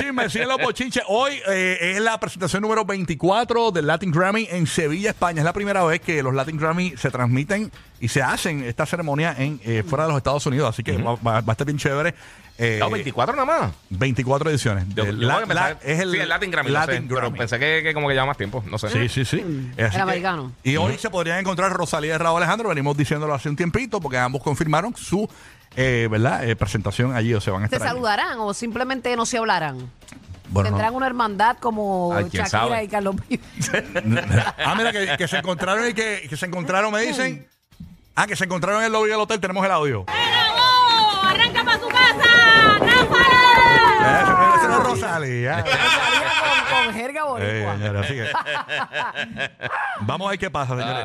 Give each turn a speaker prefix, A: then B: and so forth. A: Sí, me siguen los bochinches. Hoy eh, es la presentación número 24 del Latin Grammy en Sevilla, España. Es la primera vez que los Latin Grammy se transmiten y se hacen esta ceremonia en eh, fuera de los Estados Unidos. Así que va- va, va a estar bien chévere. Eh,
B: No, 24 nada más.
A: 24 ediciones.
B: Yo-
A: Del
B: yo
A: la-
B: creo que pensaba-
A: la- es el
B: sí, el Latin Grammy. no sé,
A: Latin
B: pero
A: Grammy.
B: pensé que, que como que lleva más tiempo. No sé.
A: Sí, sí, sí. Así que-
C: Mm. americano.
A: Y hoy se podrían encontrar Rosalía y Raúl Alejandro. Venimos diciéndolo hace un tiempito porque ambos confirmaron su eh, ¿verdad? Eh, presentación allí. O se van a
C: ¿Se
A: estar allí.
C: saludarán o simplemente no se hablarán?
A: Bueno, no.
C: ¿Tendrán una hermandad como
B: Ay, quién
C: Shakira
B: sabe.
C: y Carlos Vives?
A: ah, mira, que, que se encontraron y que, que se encontraron, me dicen. Ah, que se encontraron en el lobby del hotel, tenemos el audio.
D: ¡Arranca para su casa! ¡Rafael!
A: Eh, Ese no- ese no es Rosalía.
C: Salía con, con jerga
A: Eh,
C: boricua.
A: señora, así que- Vamos a ver qué pasa, señores.